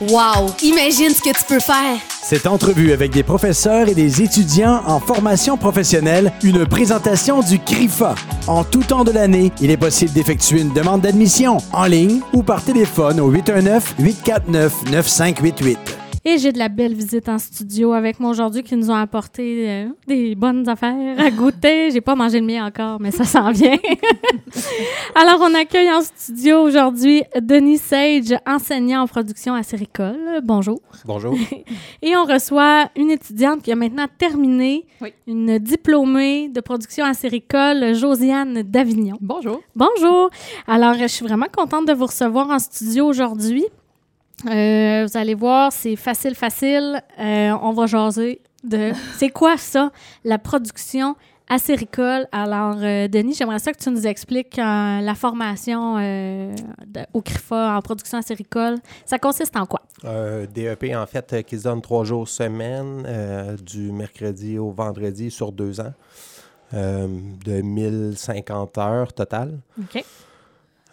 Wow! Imagine ce que tu peux faire! Cette entrevue avec des professeurs et des étudiants en formation professionnelle, une présentation du CRIFA. En tout temps de l'année, il est possible d'effectuer une demande d'admission en ligne ou par téléphone au 819-849-9588. Et j'ai de la belle visite en studio avec moi aujourd'hui qui nous ont apporté euh, des bonnes affaires à goûter. J'ai pas mangé le mien encore, mais ça s'en vient. Alors, on accueille en studio aujourd'hui Denis Sage, enseignant en production à Séricole. Bonjour. Bonjour. Et on reçoit une étudiante qui a maintenant terminé, Oui. une diplômée de production à Séricole, Josiane Davignon. Bonjour. Bonjour. Alors, je suis vraiment contente de vous recevoir en studio aujourd'hui. Euh, vous allez voir, c'est facile, facile. Euh, on va jaser de. C'est quoi ça, la production acéricole? Alors, euh, Denis, j'aimerais ça que tu nous expliques euh, la formation euh, de- au CRIFA en production acéricole. Ça consiste en quoi? Un DEP, en fait, euh, qui se donne trois jours semaine, euh, du mercredi au vendredi sur deux ans, euh, de 1050 heures total. OK.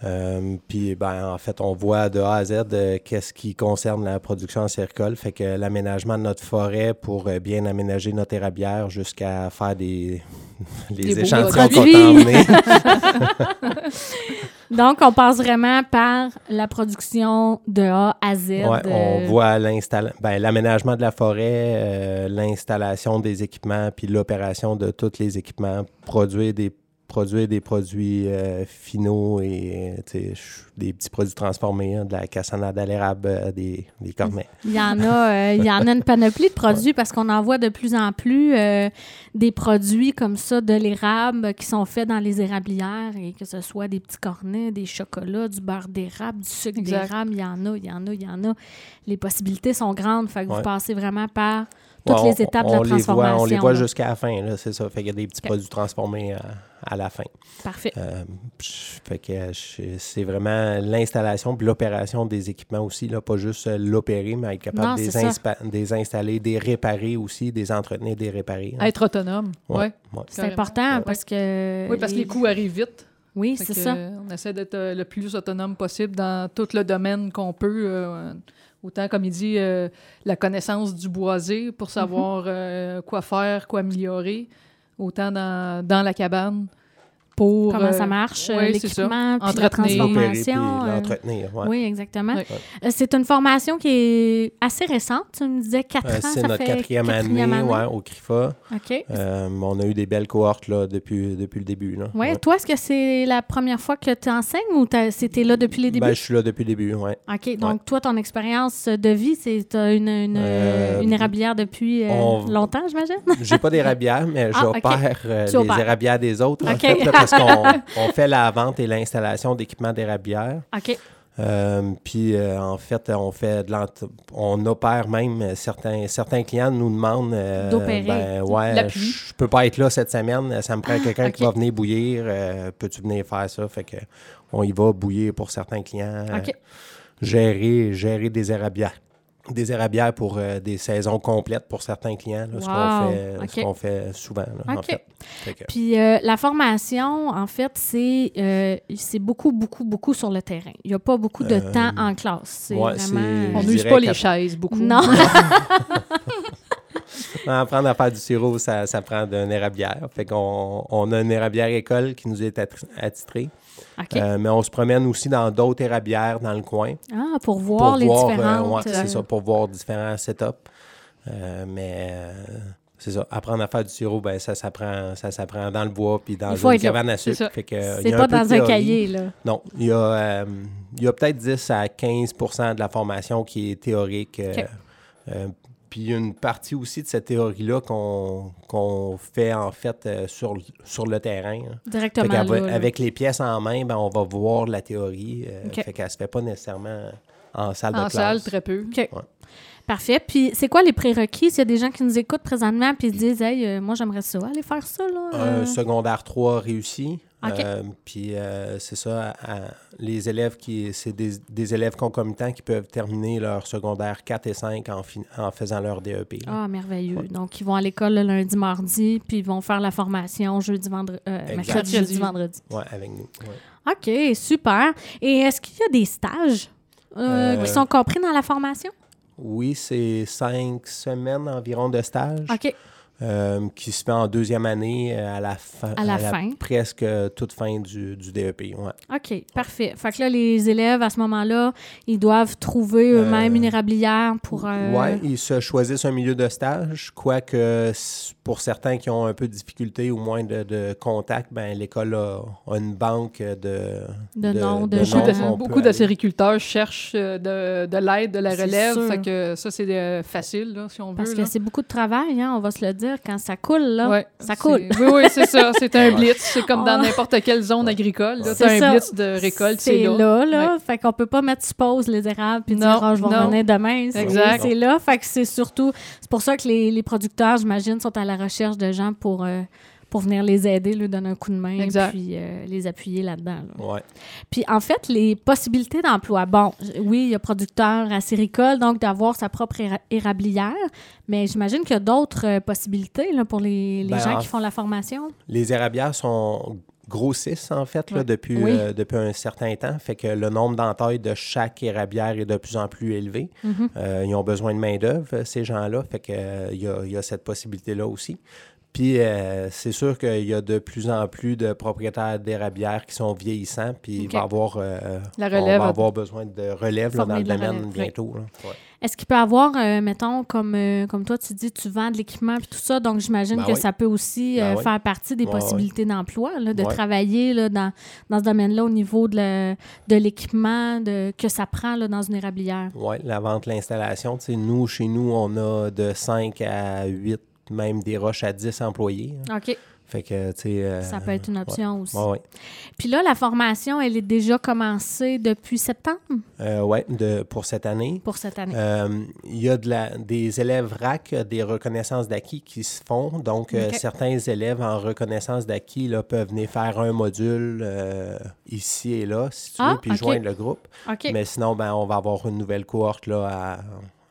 Euh, puis, ben, en fait, on voit de A à Z euh, qu'est-ce qui concerne la production en cercole. Fait que l'aménagement de notre forêt pour euh, bien aménager notre érablière jusqu'à faire des, les Des beaux échantillons qu'on produits. t'a emmenés. Donc, on passe vraiment par la production de A à Z. Ouais, on euh, voit l'install- ben, l'aménagement de la forêt, euh, l'installation des équipements, puis l'opération de tous les équipements, produire des produire des produits euh, finaux et euh, tu sais, ch- des petits produits transformés, hein, de la cassonade à l'érable, euh, des, Mmh. des cornets. Il y en a, euh, il y en a une panoplie de produits parce qu'on en voit de plus en plus euh, des produits comme ça de l'érable qui sont faits dans les érablières et que ce soit des petits cornets, des chocolats, du beurre d'érable, du sucre Exact. d'érable, il y en a, il y en a, il y en a. Les possibilités sont grandes, fait que vous Ouais. passez vraiment par toutes Ouais, on- les étapes de la on les voit- transformation. on les voit là. jusqu'à la fin, là, c'est ça. Fait qu'il y a des petits produits transformés à, à la fin. Parfait. Euh, pff, fait que euh, je- c'est vraiment l'installation puis l'opération des équipements aussi, là, pas juste euh, l'opérer, mais être Non, capable de les, c'est ça. inspa- de les installer, des réparer aussi, des entretenir, des réparer. hein. Être autonome. Ouais, Ouais. ouais. C'est carrément. important Ouais. parce que Oui, parce que les coûts arrivent vite. Oui, Fait c'est que, ça. euh, On essaie d'être euh, le plus autonome possible dans tout le domaine qu'on peut. euh, autant, comme il dit, euh, la connaissance du boisé pour savoir Mhm. euh, quoi faire, quoi améliorer. Autant dans, dans la cabane pour... Comment ça euh, marche, ouais, euh, c'est ça. l'équipement, puis la Entretenir. L'opérer puis transformation. euh, l'entretenir, ouais. Oui, exactement. Ouais. Euh, C'est une formation qui est assez récente. Tu me disais 4 Euh, ans. ça c'est notre fait quatrième année, ouais, au CRIFA. OK. Euh, on a eu des belles cohortes là, depuis, depuis le début. Là. Ouais, Toi, est-ce que c'est la première fois que tu enseignes ou t'as- c'était là depuis les débuts? Ben, je suis là depuis le début, ouais. OK. Donc, toi, ton expérience de vie, c'est t'as une, une, Euh, une érablière depuis euh, on- longtemps, j'imagine? J'ai pas d'érablière, mais Ah, ok. j'opère euh, Tu les opères. érablières des autres, en Ok. fait, là, parce qu'on on fait la vente et l'installation d'équipements d'érablières. OK. Euh, puis euh, en fait, on fait de l'ent- on opère même euh, certains certains clients nous demandent euh, D'opérer. ben, ouais, L'appui. je peux pas être là cette semaine, ça me prend quelqu'un qui Ah, va ok. venir bouillir, euh, peux-tu venir faire ça Fait que on y va bouillir pour certains clients, euh, OK. gérer gérer des érablières. Des érablières pour euh, des saisons complètes pour certains clients, là, ce qu'on Wow, fait, ce ok. qu'on fait souvent. là, en Ok. fait. Fait que- Puis euh, la formation, en fait, c'est euh, c'est beaucoup, beaucoup, beaucoup sur le terrain. Il n'y a pas beaucoup de Euh, temps en classe. C'est ouais, vraiment... c'est- On Je n'use dirais pas les quatre- chaises beaucoup. Non. Euh, Apprendre à faire du sirop, ça, ça prend d'une érablière. Fait qu'on on a une érablière école qui nous est attri- attitrée. OK. Euh, mais on se promène aussi dans d'autres érablières dans le coin ah, pour voir les voir, euh, différentes... ouais, c'est ça, pour voir différents setups. Euh, mais euh, c'est ça, apprendre à faire du sirop, ben, ça s'apprend ça s'apprend dans le bois puis dans Il faut une être là, cabane à c'est sucre. ça. Fait que, euh, il C'est y a pas peu de dans un théorie. cahier, là. Non, il y a, euh, il y a peut-être 10 à 15 de la formation qui est théorique. euh, OK. euh, puis il y a une partie aussi de cette théorie-là qu'on qu'on fait en fait euh, sur, sur le terrain. hein. Fait Directement qu'avec- là, là. avec les pièces en main, ben, on va voir la théorie. euh, OK. Fait qu'elle se fait pas nécessairement en salle de En classe. salle, très peu. Parfait. Puis, c'est quoi les prérequis? S'il y a des gens qui nous écoutent présentement puis ils se disent, hey, euh, moi, j'aimerais ça, aller faire ça, là. Un euh. secondaire 3 réussi. OK. Euh, puis euh, c'est ça, à- les élèves qui, c'est des, des élèves concomitants qui peuvent terminer leur secondaire 4 et 5 en, fin- en faisant leur DEP. là. Ah, merveilleux. Donc, ils vont à l'école le lundi, mardi, puis ils vont faire la formation jeudi, vendredi, euh, Exact. mercredi, jeudi, Mercredi. vendredi. Ouais, avec nous. ouais. OK, super. Et est-ce qu'il y a des stages? euh, Euh, qui sont compris dans la formation? Oui, c'est cinq semaines environ de stage OK. euh, qui se fait en deuxième année euh, à la fin. À la fin. Presque toute fin du, du DEP. ouais. OK, parfait. Fait que là, les élèves, à ce moment-là, ils doivent trouver eux-mêmes Euh, une érablière pour... euh, Oui, ils se choisissent un milieu de stage, quoique s- pour certains qui ont un peu de difficulté ou moins de, de contact, ben, l'école a, a une banque de, De noms, de gens. Beaucoup, de- qu'on peut beaucoup aller. d'acériculteurs cherchent euh, de, de l'aide, de la C'est relève. sûr. Fait que ça, c'est euh, facile, là, si on Parce veut. que là. c'est beaucoup de travail, hein, on va se le dire, quand ça coule, là. Ouais, ça c'est- coule. Oui, oui, c'est ça. C'est un Ouais. blitz. C'est comme dans Ah. n'importe quelle zone agricole. C'est Tu as ça. un blitz de récolte, c'est là. là, là. Fait qu'on peut pas mettre suppose les érables puis dire Non, Ah, je vais non. revenir demain. C'est- Exact. C'est là. Fait que c'est surtout. C'est pour ça que les, les producteurs, j'imagine, sont à la recherche de gens pour, euh, pour venir les aider, leur donner un coup de main, Exact. puis euh, les appuyer là-dedans. là. Ouais. Puis en fait, les possibilités d'emploi. Bon, j- oui, il y a producteur acéricole, donc d'avoir sa propre éra- érablière, mais j'imagine qu'il y a d'autres euh, possibilités là, pour les, les Ben, gens en qui font la formation. Les érablières sont grossissent, en fait, là, Ouais. depuis, Oui. euh, depuis un certain temps. Fait que le nombre d'entailles de chaque érablière est de plus en plus élevé. Euh, ils ont besoin de main-d'œuvre, euh, ces gens-là. Fait que euh, il y, a, il y a cette possibilité-là aussi. Puis euh, c'est sûr qu'il y a de plus en plus de propriétaires d'érablières qui sont vieillissants, puis il OK. va avoir, euh, La on relève. va avoir besoin de relève là, Former dans le de la domaine relève, oui. bientôt. là. Ouais. Est-ce qu'il peut avoir, euh, mettons, comme, euh, comme toi, tu dis, tu vends de l'équipement et tout ça, donc j'imagine Ben que oui. ça peut aussi Ben euh, oui. faire partie des Ouais, possibilités d'emploi, là, de Ouais. travailler là, dans, dans ce domaine-là au niveau de, la- de l'équipement de, que ça prend là, dans une érablière. Oui, la vente, l'installation. Tu sais, nous, chez nous, on a de 5 à 8, même des roches à 10 employés. hein. OK. Fait que, tu sais. euh, Ça peut être une option aussi. Ouais, ouais. Puis là, la formation, elle est déjà commencée depuis septembre Euh, ouais, de, pour cette année. pour cette année. Euh, Il y a de la- des élèves RAC, euh, des reconnaissances d'acquis qui se font. Donc, euh, Ok. certains élèves en reconnaissance d'acquis là, peuvent venir faire un module euh, ici et là, si tu Ah, veux, puis ok. joindre le groupe. OK. Mais sinon, ben, on va avoir une nouvelle cohorte là, à,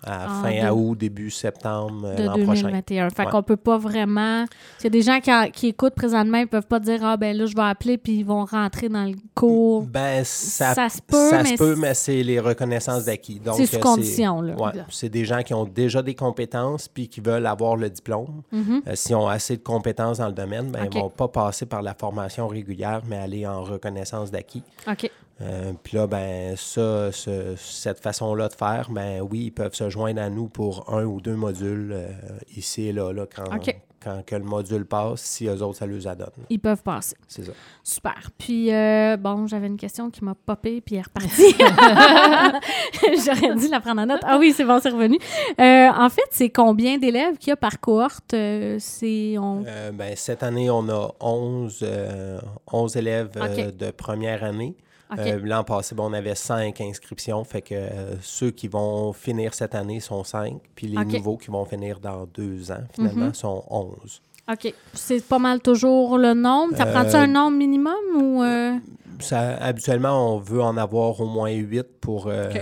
à En fin deux- août, début septembre euh, de l'an prochain. 2021. Fait Ouais. qu'on peut pas vraiment. Il y a des gens qui, qui écoutent présentement, ils peuvent pas dire Ah, ben là, je vais appeler, puis ils vont rentrer dans le cours. Ben, ça, Ça se peut, ça se mais peut, c'est- mais c'est les reconnaissances d'acquis. Donc, C'est sous euh, condition, là. ouais, c'est des gens qui ont déjà des compétences puis qui veulent avoir le diplôme. Mhm. Euh, S'ils ont assez de compétences dans le domaine, ben, OK. ils vont pas passer par la formation régulière, mais aller en reconnaissance d'acquis. OK. Euh, puis là, ben, ça, ce- cette façon-là de faire, ben oui, ils peuvent se joindre à nous pour un ou deux modules euh, ici et là, là, quand, OK. quand que le module passe, si eux autres, ça les adonne. Ils peuvent passer. C'est ça. Super. Puis, euh, bon, j'avais une question qui m'a popé, puis elle est repartie. J'aurais dû la prendre en note. Ah oui, c'est bon, c'est revenu. Euh, en fait, c'est combien d'élèves qu'il y a par cohorte? Euh, c'est. On... Euh, ben, cette année, on a 11, euh, 11 élèves euh, de première année. OK. Euh, L'an passé, bon, on avait 5 inscriptions. Fait que euh, ceux qui vont finir cette année sont 5. Puis les OK. Mhm. nouveaux qui vont finir dans deux ans, finalement, sont 11. OK. C'est pas mal toujours le nombre. Ça prend-tu Euh, un nombre minimum ou. euh, Ça, habituellement, on veut en avoir au moins 8 pour... euh, OK.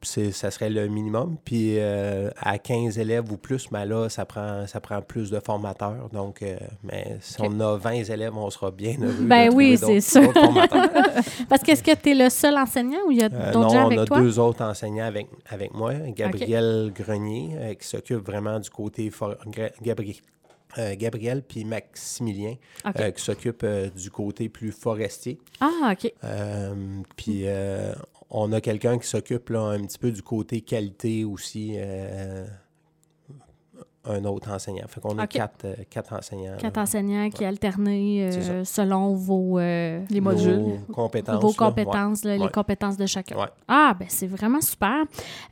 c'est- ça serait le minimum. Puis euh, à 15 élèves ou plus, mais là, ça prend, ça prend plus de formateurs. Donc, euh, mais si OK. on a 20 élèves, on sera bien heureux de Ben trouver oui, d'autres- c'est sûr. d'autres formateurs. Parce qu'est-ce que tu es le seul enseignant ou il y a Euh, d'autres non, gens on avec a toi? deux autres enseignants avec, avec moi. Gabriel Grenier, euh, qui s'occupe vraiment du côté for- Gra- Gabri- euh, Gabriel, puis Maximilien, OK. euh, qui s'occupe euh, du côté plus forestier. Ah, OK. Euh, puis Hmm. euh, on a quelqu'un qui s'occupe là, un petit peu du côté qualité aussi. euh, un autre enseignant. Fait qu'on a OK. quatre, euh, quatre enseignants. Quatre là. enseignants qui alternent C'est euh, selon vos, euh, Les Nos modules. compétences. vos là, ouais. compétences, là, les Ouais. compétences de chacun. Ouais. Ah, ben c'est vraiment super.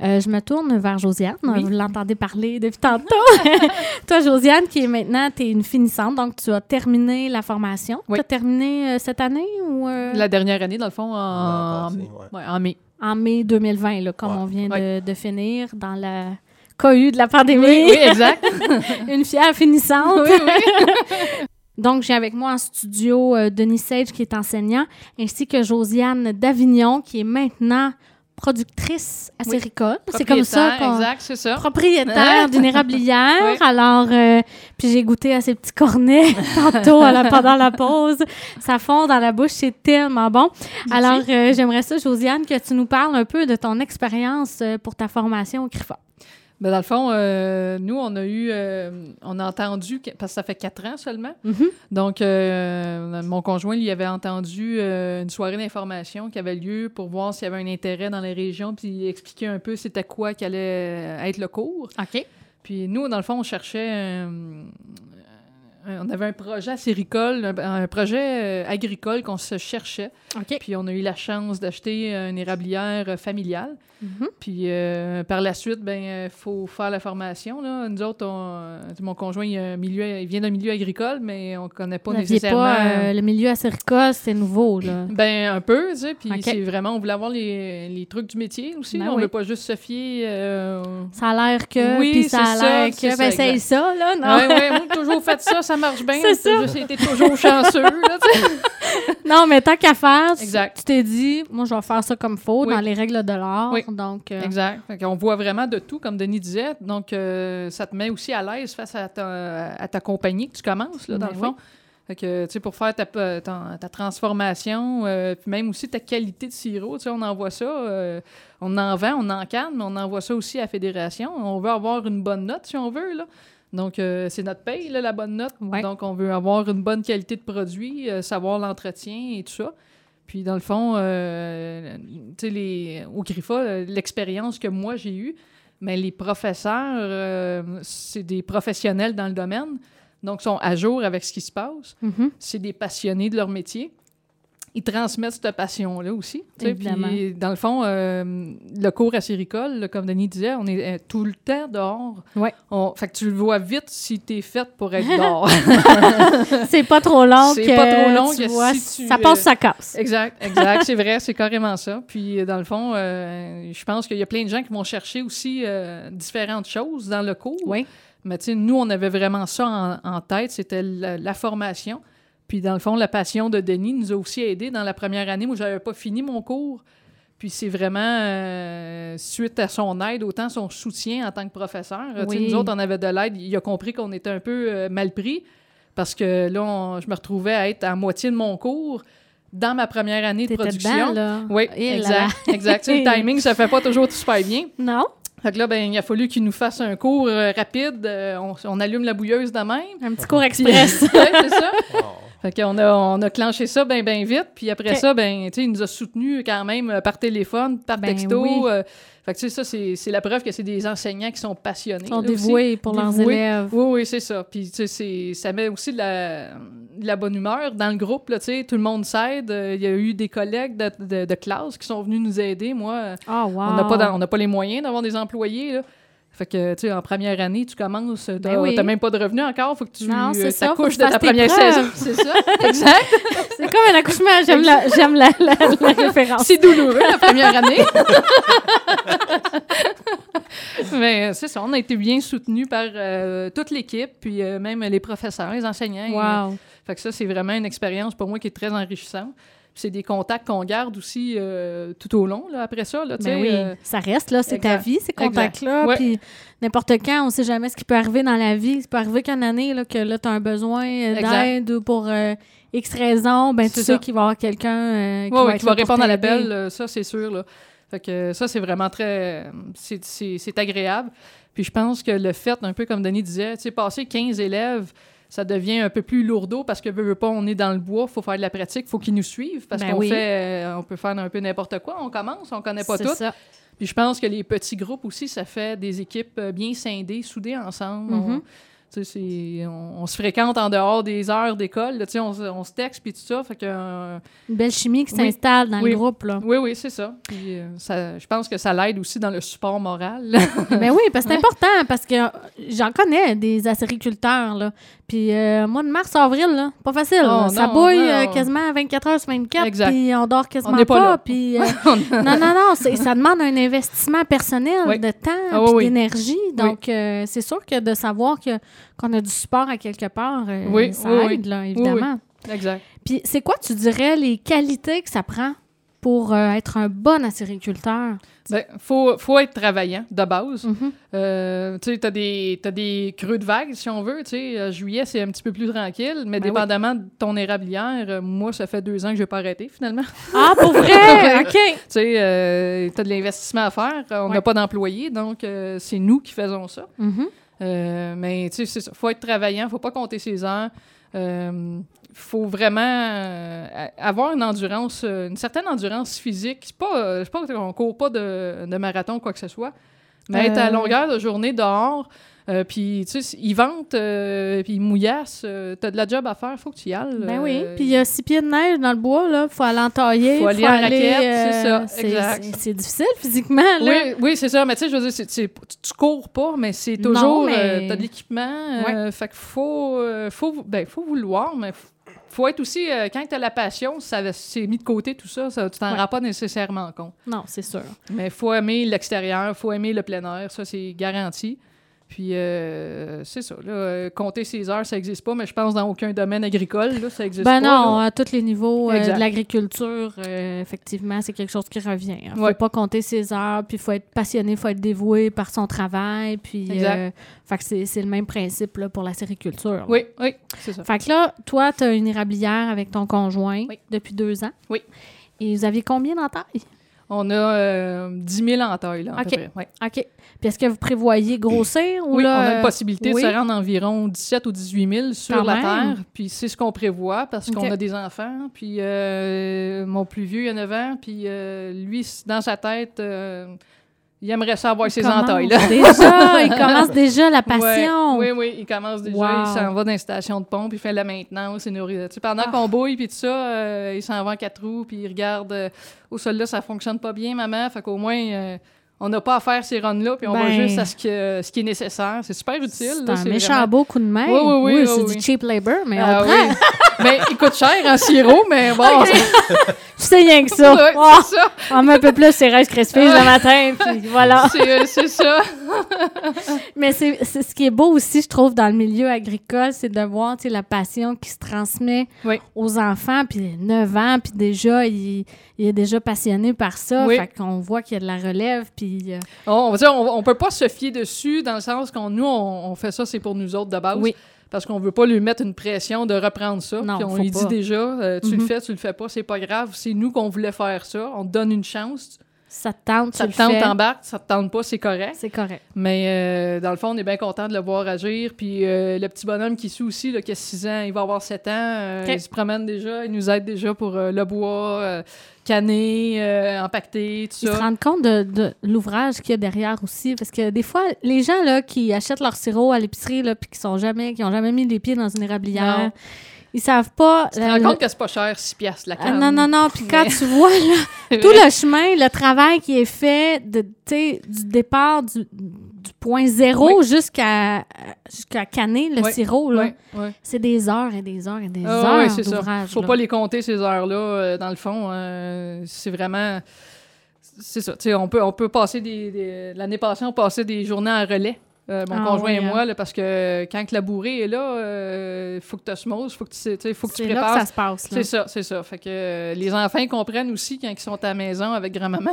Euh, je me tourne vers Josiane. Oui. Vous l'entendez parler depuis tantôt. toi, Josiane, qui est maintenant, tu es une finissante, donc tu as terminé la formation. Oui. Tu as terminé euh, cette année ou euh, La dernière année, dans le fond, L'an en, passé, ouais. ouais, en mai. en mai 2020, là, comme Ouais. on vient Ouais. de, de finir dans la cohue de la pandémie. Oui, exact. une fière finissante. Oui, Donc, j'ai avec moi en studio euh, Denis Sage, qui est enseignant, ainsi que Josiane Davignon, qui est maintenant productrice Oui. acéricole. C'est comme ça Propriétaire, qu'on Exact, c'est ça. propriétaire d'une érablière. Oui. Alors, euh, puis j'ai goûté à ces petits cornets tantôt à la- pendant la pause. Ça fond dans la bouche, c'est tellement bon. Alors, euh, j'aimerais ça, Josiane, que tu nous parles un peu de ton expérience euh, pour ta formation au CRIFA. Ben, dans le fond, euh, nous, on a eu, euh, on a entendu, que- parce que ça fait quatre ans seulement, Mhm. donc euh, mon conjoint, lui, avait entendu euh, une soirée d'information qui avait lieu pour voir s'il y avait un intérêt dans les régions, puis expliquer un peu c'était quoi qui allait être le cours. OK. Puis nous, dans le fond, on cherchait. euh, euh, on avait un projet acéricole, un, un projet euh, agricole qu'on se cherchait. OK. Puis on a eu la chance d'acheter une érablière euh, familiale. Puis euh, par la suite, ben euh, faut faire la formation. Là. Nous autres, on- euh, mon conjoint, il, a un milieu, il vient d'un milieu agricole, mais on connaît pas Vous n'aviez nécessairement. pas euh, le milieu acéricole, c'est nouveau, là. Ben, un peu, tu sais. Puis Ok. c'est vraiment, on voulait avoir les, les trucs du métier aussi. Ben là. on oui. veut pas juste se fier. euh, Ça a l'air que, Oui, puis ça a c'est ça, l'air c'est que, ça, ben, c'est exact. ça, là, non? Oui, oui, moi, toujours fait ça, ça marche bien. C'est ça. J'ai été toujours chanceux. Là, tu sais. Non, mais tant qu'à faire, tu- Exact. tu t'es dit, moi, je vais faire ça comme faut, Oui. dans les règles de l'art. Oui. Donc, euh, exact. on voit vraiment de tout, comme Denis disait. Donc, euh, ça te met aussi à l'aise face à ta, à ta compagnie que tu commences, là, dans Ben le fond. Fait que, tu sais, pour faire ta, euh, ton- ta transformation, euh, puis même aussi ta qualité de sirop, tu sais, on envoie ça, euh, on en vend, on en canne, mais on envoie ça aussi à la fédération. On veut avoir une bonne note, si on veut, là. Donc, euh, c'est notre paye, là, la bonne note. Ouais. Donc, on veut avoir une bonne qualité de produit, euh, savoir l'entretien et tout ça. Puis, dans le fond, euh, tu sais, les- au Griffa, euh, l'expérience que moi j'ai eue, mais les professeurs, euh, c'est des professionnels dans le domaine, donc sont à jour avec ce qui se passe. mhm. C'est des passionnés de leur métier. Ils transmettent cette passion-là aussi. tu sais. Évidemment. Puis, dans le fond, euh, le cours à séricole, là, comme Denis disait, on est euh, tout le temps dehors. Ouais. On- fait que tu le vois vite si t'es faite pour être dehors. C'est pas trop long. C'est que pas trop long tu que vois, si tu, ça passe, euh, ça casse. Exact, exact. c'est vrai, c'est carrément ça. Puis, euh, dans le fond, euh, je pense qu'il y a plein de gens qui vont chercher aussi euh, différentes choses dans le cours. Oui. Mais tu sais, nous, on avait vraiment ça en, en tête. C'était la, la formation. Puis, dans le fond, la passion de Denis nous a aussi aidés dans la première année où j'avais pas fini mon cours. Puis, c'est vraiment euh, suite à son aide, autant son soutien en tant que professeur. Tu sais, Oui. Nous autres, on avait de l'aide. Il a compris qu'on était un peu euh, mal pris parce que là, on- je me retrouvais à être à moitié de mon cours dans ma première année de T'étais production. dedans, là. Oui, Et là là. exact. exact. Tu sais, le timing, ça fait pas toujours super bien. Non? Fait que là, ben, il a fallu qu'il nous fasse un cours euh, rapide. Euh, on, on allume la bouilleuse de même. Un petit cours Puis- Ouais, express. c'est ça. Fait qu'on a, on a clenché ça bien, bien vite. Puis après Ok. ça, ben, tu sais, il nous a soutenus quand même euh, par téléphone, par Ben texto. oui. euh, fait que tu sais, ça, c'est c'est la preuve que c'est des enseignants qui sont passionnés. Ils sont là, aussi. dévoués pour leurs Dévoués. élèves. Oui, oui, c'est ça. Puis, tu sais, c'est- ça met aussi de la, de la bonne humeur dans le groupe, là, tu sais. Tout le monde s'aide. Euh, Il y a eu des collègues de, de- de classe qui sont venus nous aider. Moi, euh, Ah, wow. on n'a pas, dans- on n'a pas les moyens d'avoir des employés, là. Fait que, tu sais, en première année, tu commences, t'as Ben oui. t'as même pas de revenus encore, faut que tu Non, c'est euh, ça, faut t'accouches que de tu ta fasses tes première saison. C'est ça, exact. C'est comme un accouchement. J'aime la, j'aime la, la, la référence. C'est douloureux, la première année. Mais euh, c'est ça, on a été bien soutenus par euh, toute l'équipe, puis euh, même les professeurs, les enseignants. Wow. Ben Fait que ça, c'est vraiment une expérience pour moi qui est très enrichissante. Puis C'est des contacts qu'on garde aussi euh, tout au long, là, après ça. Là, tu Ben sais, oui, euh, ça reste, là, c'est ta exact. vie, ces Exact. contacts-là. Ouais. Puis n'importe quand, on sait jamais ce qui peut arriver dans la vie. Ça peut arriver qu'une année, là, que là, tu as un besoin euh, Exact. d'aide ou pour euh, X raison, ben tu C'est sais ça. qu'il va y avoir quelqu'un euh, qui, Ouais, ouais, va être qui va là pour répondre à t'aider. l'appel, euh, ça c'est sûr. Là. Fait que euh, ça, c'est vraiment très. euh, c'est- C'est c'est agréable. Puis je pense que le fait, un peu comme Denis disait, tu sais, passer 15 élèves, ça devient un peu plus lourdeau parce que, veut, veut pas, on est dans le bois, faut faire de la pratique, faut qu'ils nous suivent parce Ben qu'on oui. fait, euh, on peut faire un peu n'importe quoi. On commence, on connaît pas C'est tout. ça. Puis je pense que les petits groupes aussi, ça fait des équipes euh, bien scindées, soudées ensemble. On- Mhm. tu sais, c'est- on, on se fréquente en dehors des heures d'école, là, tu sais, on, se- on se texte puis tout ça. Fait que euh, Une belle chimie qui Oui. s'installe dans Oui. le groupe, là. oui, oui, c'est ça. Puis, euh, ça- je pense que ça l'aide aussi dans le support moral. là. Ben oui, parce que c'est important, parce que euh, j'en connais des acériculteurs, là. Puis euh, mois de mars, avril, là, pas facile. Oh, là. ça non, bouille non. euh, quasiment 24 heures sur 24, Exact. puis on dort quasiment n'est pas là. puis, euh, non, non, non, c'est- ça demande un investissement personnel Oui. de temps Ah, puis oui, oui. d'énergie. Donc, euh, c'est sûr que de savoir que- qu'on a du support à quelque part, euh, Oui, ça oui, oui. aide, là, évidemment. exact. Puis c'est quoi, tu dirais, les qualités que ça prend pour euh, être un bon acériculteur? Ben, faut, faut être travaillant de base. Mhm. Euh, tu sais, t'as des, t'as des creux de vague, si on veut. Tu sais, euh, juillet, c'est un petit peu plus tranquille, mais Ben oui. dépendamment de ton érablière, euh, moi, ça fait deux ans que j'ai pas arrêté, finalement. tu Ah, pour vrai? OK. sais, euh, t'as de l'investissement à faire. On n'a Ouais. pas d'employés, donc euh, c'est nous qui faisons ça. Mhm. Euh, mais tu sais, c'est ça. Faut être travaillant, faut pas compter ses heures. Euh, faut vraiment euh, a- avoir une endurance, euh, une certaine endurance physique. C'est pas, euh, c'est pas qu'on court pas de, de marathon ou quoi que ce soit, mais être à Euh. longueur de journée dehors, euh, puis tu sais, ils ventent, euh, puis ils mouillassent, euh, t'as de la job à faire, faut que tu y ailles. Ben euh, oui. Puis il y a six pieds de neige dans le bois, là. Faut aller entailler. Faut aller en raquette, c'est ça, c'est- exact. c'est- C'est difficile physiquement, là. Oui, oui, c'est ça. Mais tu sais, je veux dire, c'est- c'est- tu- tu cours pas, mais c'est Non, toujours. mais- euh, T'as de l'équipement. euh, fait qu'il faut, euh, faut, ben, faut vouloir, mais f- faut être aussi. euh, quand t'as la passion, ça va- c'est mis de côté tout ça, ça tu t'en Ouais. rends pas nécessairement compte. Non, c'est sûr. Mais faut aimer l'extérieur, faut aimer le plein air, ça, c'est garanti. Puis, euh, c'est ça. Là, euh, compter ses heures, ça n'existe pas, mais je pense dans aucun domaine agricole, là, ça n'existe Ben pas. non, là. à tous les niveaux euh, Exact. de l'agriculture, euh, effectivement, c'est quelque chose qui revient. Il faut Ouais. pas compter ses heures, puis il faut être passionné, il faut être dévoué par son travail, puis Exact. euh, fait que c'est c'est le même principe là, pour la sériculture. là. Oui, oui, c'est ça. Fait que là, toi, tu as une érablière avec ton conjoint Oui. depuis deux ans. Oui. Et vous aviez combien d'entailles? On a euh, 10 000 en taille, là, à OK. peu près. Ouais. OK. Puis est-ce que vous prévoyez grossir ou Oui, là, on a euh, une possibilité oui. de se rendre environ 17 000 ou 18 000 sur Quand la même. Terre. Puis c'est ce qu'on prévoit parce Ok. qu'on a des enfants. Puis euh, mon plus vieux, il a 9 ans. Puis euh, lui, c- dans sa tête, euh, il aimerait ça avoir ses commence entailles. Là. Déjà, il commence déjà la passion. Ouais, oui, oui, il commence déjà, Wow. il s'en va dans les stations de pompe, il fait de la maintenance, il nourrit. Tu sais, pendant Ah. qu'on bouille, puis tout ça, euh, il s'en va en quatre roues, puis il regarde euh, au sol là, ça fonctionne pas bien, maman. Fait qu'au moins, euh, on n'a pas à faire ces runs-là, puis on va Ben. juste à ce, que, ce qui est nécessaire. C'est super utile. C'est là, un méchant vraiment- beau coup de main. Oui, oui, oui, oui, c'est oui. du cheap labor, mais Ah on prend. oui. mais il coûte cher en sirop, mais bon, c'est Tu sais rien que ça. ouais, Oh, c'est ça. on met un peu plus ses rêves crespige le matin, puis voilà. C'est, euh, c'est ça. Mais c'est c'est ce qui est beau aussi, je trouve, dans le milieu agricole, c'est de voir tu sais, la passion qui se transmet Oui. aux enfants, puis 9 ans, puis déjà, il, il est déjà passionné par ça. Oui. Fait qu'on voit qu'il y a de la relève, puis... euh, On, Oh, on va dire, on, on peut pas se fier dessus dans le sens qu'on nous, on, on fait ça, c'est pour nous autres de base. Oui. Parce qu'on veut pas lui mettre une pression de reprendre ça. Non, puis on faut lui pas. dit déjà, euh, tu le Mhm. fais, tu le fais pas, c'est pas grave. C'est nous qu'on voulait faire ça. On te donne une chance. ça te tente, Ça tu te le tente, fais. t'embarques. Ça te tente pas, c'est correct. C'est correct. Mais euh, dans le fond, on est bien content de le voir agir. Puis euh, le petit bonhomme qui suit aussi, là, qui a 6 ans, il va avoir 7 ans. euh, Ok. Il se promène déjà, il nous aide déjà pour euh, le bois, euh, canner, euh, empaqueter, tout Ils se ça. rendent compte de, de l'ouvrage qu'il y a derrière aussi. Parce que des fois, les gens là, qui achètent leur sirop à l'épicerie, là, puis qui sont jamais, qui ont jamais mis les pieds dans une érablière, Non. ils savent pas. Tu te la- rends la- compte que c'est pas cher, 6 piastres la Euh, Ah, canne. non, non, non. Puis quand Mais- tu vois là, tout le chemin, le travail qui est fait de, tu sais, du départ du, du point zéro jusqu'à jusqu'à canner le Oui. sirop, là, Ouais, ouais. c'est des heures et des heures et des Ah, ouais, heures c'est ça. d'ouvrage. Faut là. pas les compter, ces heures-là, euh, dans le fond. euh, c'est vraiment... C'est ça. Tu sais, on peut, on peut passer des... des- L'année passée, on passait des journées en relais. euh, mon Ah, conjoint oui, et hein. moi, là, parce que quand que la bourrée est là, euh, faut que tu osmoses, faut que tu, sais, tu sais, faut que tu C'est là que prépares ça se passe. hein. là. C'est ça, c'est ça. Fait que euh, les enfants ils comprennent aussi quand ils sont à la maison avec grand-maman.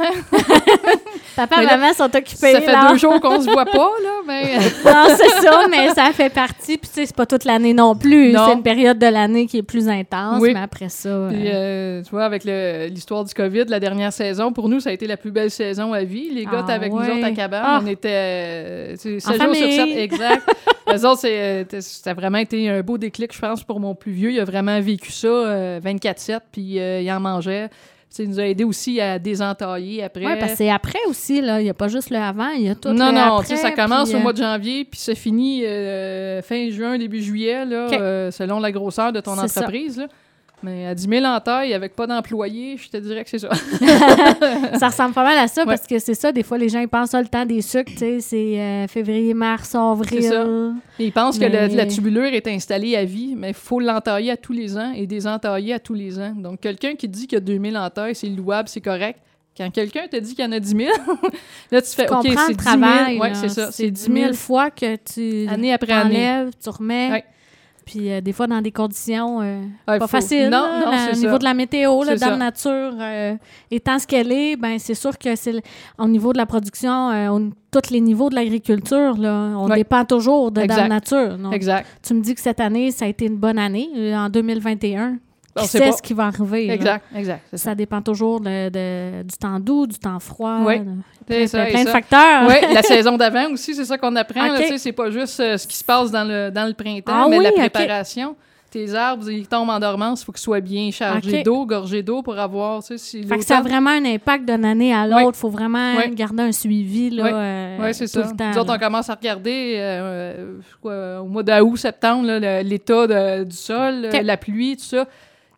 Papa et Mais là, maman sont occupés. Ça fait là. deux jours qu'on se voit pas, là, mais... Non, c'est ça, mais ça fait partie. Puis, tu sais, c'est pas toute l'année non plus. Non. C'est une période de l'année qui est plus intense, Oui. mais après ça. euh, Puis, euh, tu vois, avec le- l'histoire du COVID, la dernière saison, pour nous, ça a été la plus belle saison à vie. Les gars Ah étaient avec nous autres ouais. à cabane. Ah. On était euh, tu sais, En sept jours sur famille. sept, exact. Eux autres, c'est, euh, t- ça a vraiment été un beau déclic, je pense, pour mon plus vieux. Il a vraiment vécu ça euh, 24-7, puis euh, il en mangeait. Tu sais, il nous a aidé aussi à désentailler après. ouais, parce que c'est après aussi, là. Il n'y a pas juste le avant, il y a tout euh, non, le non, après, tu sais, ça commence puis, au euh, mois de janvier, puis ça finit euh, fin juin, début juillet, là, OK. euh, selon la grosseur de ton C'est ça. entreprise. là. Mais à 10 000 en taille, avec pas d'employés, je te dirais que c'est ça. ça ressemble pas mal à ça Ouais. parce que c'est ça. Des fois, les gens, ils pensent, ah, le temps des sucres, tu sais, c'est euh, février, mars, avril. C'est ça. Ils pensent que le- Mais- la tubulure est installée à vie, mais il faut l'entailler à tous les ans et désentailler à tous les ans. Donc, quelqu'un qui dit qu'il y a 2000 entailles, c'est louable, c'est correct. Quand quelqu'un te dit qu'il y en a 10 000, là, tu fais Tu OK, c'est 10 comprends 000. le travail. Ouais, là. c'est ça. C'est 10 000 fois que tu année après année. enlèves, tu remets. Ouais. Puis euh, des fois, dans des conditions euh, Ah, il pas faut- faciles, Non, là, non, la- c'est au ça. niveau de la météo, là, C'est dans la ça. nature, euh, étant ce qu'elle est, ben c'est sûr que c'est le- au niveau de la production, euh, on- tous les niveaux de l'agriculture, là, on Ouais. dépend toujours de dans la Exact. nature. Donc, Exact. tu me dis que cette année, ça a été une bonne année, euh, en 2021. On Qui sait sait pas. ce qui va arriver? là? Exact, exact. C'est ça. Ça dépend toujours de- de- du temps doux, du temps froid, Oui. de- C'est ça, plein, et plein de ça. facteurs. Oui, la saison d'avant aussi, c'est ça qu'on apprend. là, OK. tu sais, c'est pas juste euh, ce qui se passe dans le, dans le printemps, Ah mais la oui, OK. préparation. Tes arbres, ils tombent en dormance, il faut qu'ils soient bien chargés OK. d'eau, gorgés d'eau pour avoir. tu sais, Si Fait que ça a l'automne- vraiment un impact d'une année à l'autre. Oui. Il faut vraiment Oui. garder un suivi là, Oui. euh, Oui, c'est tout ça. le temps. Nous autres, là. on commence à regarder euh, euh, quoi, au mois d'août, septembre, là, le- l'état de- du sol, OK. euh, la pluie, tout ça.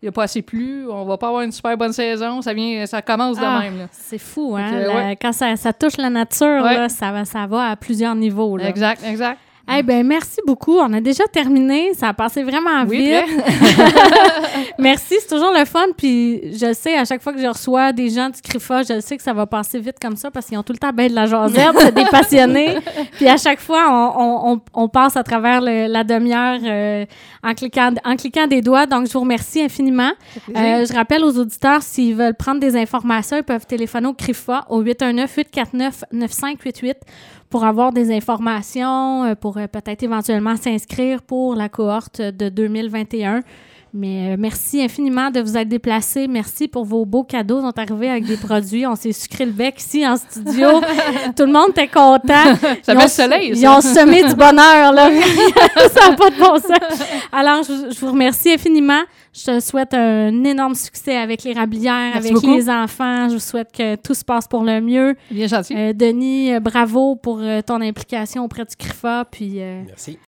Il n'y a pas assez plu, on va pas avoir une super bonne saison, ça vient, ça commence de Ah, même. là. C'est fou, hein? Fait que, la- ouais. Quand ça, ça touche la nature, Ouais. là, ça, va, ça va à plusieurs niveaux. Là. Exact, exact. Eh ben, merci beaucoup. On a déjà terminé. Ça a passé vraiment Oui, vite. très. Merci, c'est toujours le fun. Puis je sais, à chaque fois que je reçois des gens du CRIFA, je sais que ça va passer vite comme ça parce qu'ils ont tout le temps bien de la jasette, c'est des passionnés. Puis à chaque fois, on, on- on- on passe à travers le- la demi-heure euh, en, cliquant, en cliquant des doigts. Donc, je vous remercie infiniment. Euh, je rappelle aux auditeurs, s'ils veulent prendre des informations, ils peuvent téléphoner au CRIFA au 819-849-9588 pour avoir des informations, euh, pour euh, peut-être éventuellement s'inscrire pour la cohorte de 2021. Mais euh, merci infiniment de vous être déplacés. Merci pour vos beaux cadeaux. Ils sont arrivés avec des produits. On s'est sucré le bec ici en studio. Tout le monde était content. Ça Ils met ont- le soleil, Ils ça. ont semé du bonheur, là. ça n'a pas de bon sens. Alors, je, je vous remercie infiniment. Je te souhaite un énorme succès avec les rablières, Merci avec beaucoup. les enfants. Je vous souhaite que tout se passe pour le mieux. Bien gentil. Euh, Denis, euh, bravo pour euh, ton implication auprès du CRIFA. Puis, euh, Merci.